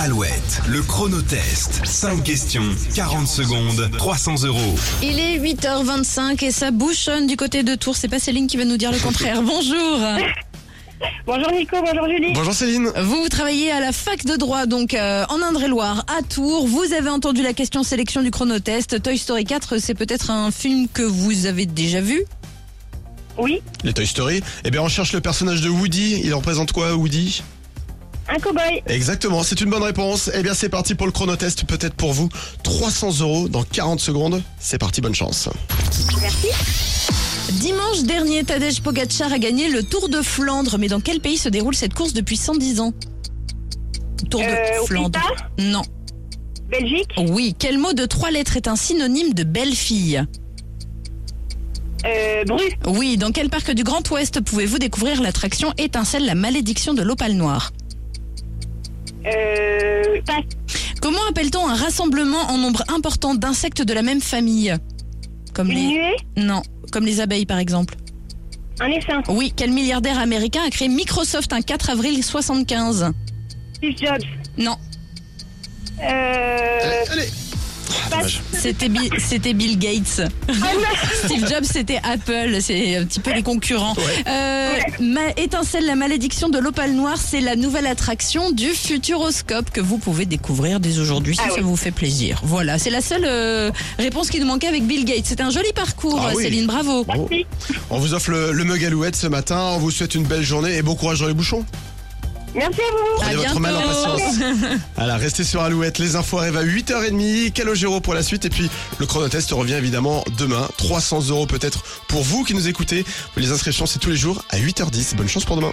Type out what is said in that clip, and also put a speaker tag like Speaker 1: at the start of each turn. Speaker 1: Alouette, le chronotest. 5 questions, 40 secondes, 300 euros.
Speaker 2: Il est 8h25 et ça bouchonne du côté de Tours. C'est pas Céline qui va nous dire le contraire. Bonjour.
Speaker 3: Bonjour Nico, bonjour Julie.
Speaker 4: Bonjour Céline.
Speaker 2: Vous travaillez à la fac de droit, donc euh, en Indre-et-Loire, à Tours. Vous avez entendu la question sélection du chronotest. Toy Story 4, c'est peut-être un film que vous avez déjà vu.
Speaker 3: Oui,
Speaker 4: Les Toy Story. Eh bien, on cherche le personnage de Woody. Il représente quoi, Woody
Speaker 3: un cow-boy.
Speaker 4: Exactement, c'est une bonne réponse. Eh bien, c'est parti pour le chronotest, peut-être pour vous. 300 euros dans 40 secondes. C'est parti, bonne chance.
Speaker 2: Dimanche dernier, Tadej Pogacar a gagné le Tour de Flandre. Mais dans quel pays se déroule cette course depuis 110 ans Tour de
Speaker 3: Euh, au
Speaker 2: Flandre.
Speaker 3: Pays-Bas
Speaker 2: Non.
Speaker 3: Belgique,
Speaker 2: Oui. Quel mot de trois lettres est un synonyme de belle fille
Speaker 3: euh, Bru,
Speaker 2: Oui, dans quel parc du Grand Ouest pouvez-vous découvrir l'attraction Étincelle, la malédiction de l'opale noire
Speaker 3: euh, Passe,
Speaker 2: Comment appelle-t-on un rassemblement en nombre important d'insectes de la même famille Comme
Speaker 3: une
Speaker 2: les...
Speaker 3: nuée,
Speaker 2: Non, comme les abeilles par exemple.
Speaker 3: un essaim.
Speaker 2: Oui, quel milliardaire américain a créé Microsoft un 4 avril 75
Speaker 3: Steve Jobs,
Speaker 2: Non,
Speaker 3: euh,
Speaker 4: Allez
Speaker 3: passe.
Speaker 2: c'était Bi- c'était Bill Gates.
Speaker 3: Ah,
Speaker 2: Steve Jobs, c'était Apple. C'est un petit peu les concurrents. Euh, Ma- Étincelle, la malédiction de l'opale noire, c'est la nouvelle attraction du Futuroscope que vous pouvez découvrir dès aujourd'hui si
Speaker 3: Ah
Speaker 2: ça
Speaker 3: oui.
Speaker 2: vous fait plaisir. Voilà, c'est la seule euh, réponse qui nous manquait avec Bill Gates. C'était un joli parcours,
Speaker 4: Ah oui.
Speaker 2: Céline. Bravo.
Speaker 4: Bravo.
Speaker 3: Merci.
Speaker 4: On vous offre le, le mug Alouette ce matin. On vous souhaite une belle journée et bon courage dans les bouchons.
Speaker 3: Merci à vous.
Speaker 2: À
Speaker 4: Prenez votre mal en
Speaker 2: bientôt.
Speaker 4: patience. Alors, restez sur Alouette. Les infos arrivent à 8h30. Calogero pour la suite. Et puis, le chronotest revient évidemment demain. 300 euros peut-être pour vous qui nous écoutez. Les inscriptions, c'est tous les jours à 8h10. Bonne chance pour demain.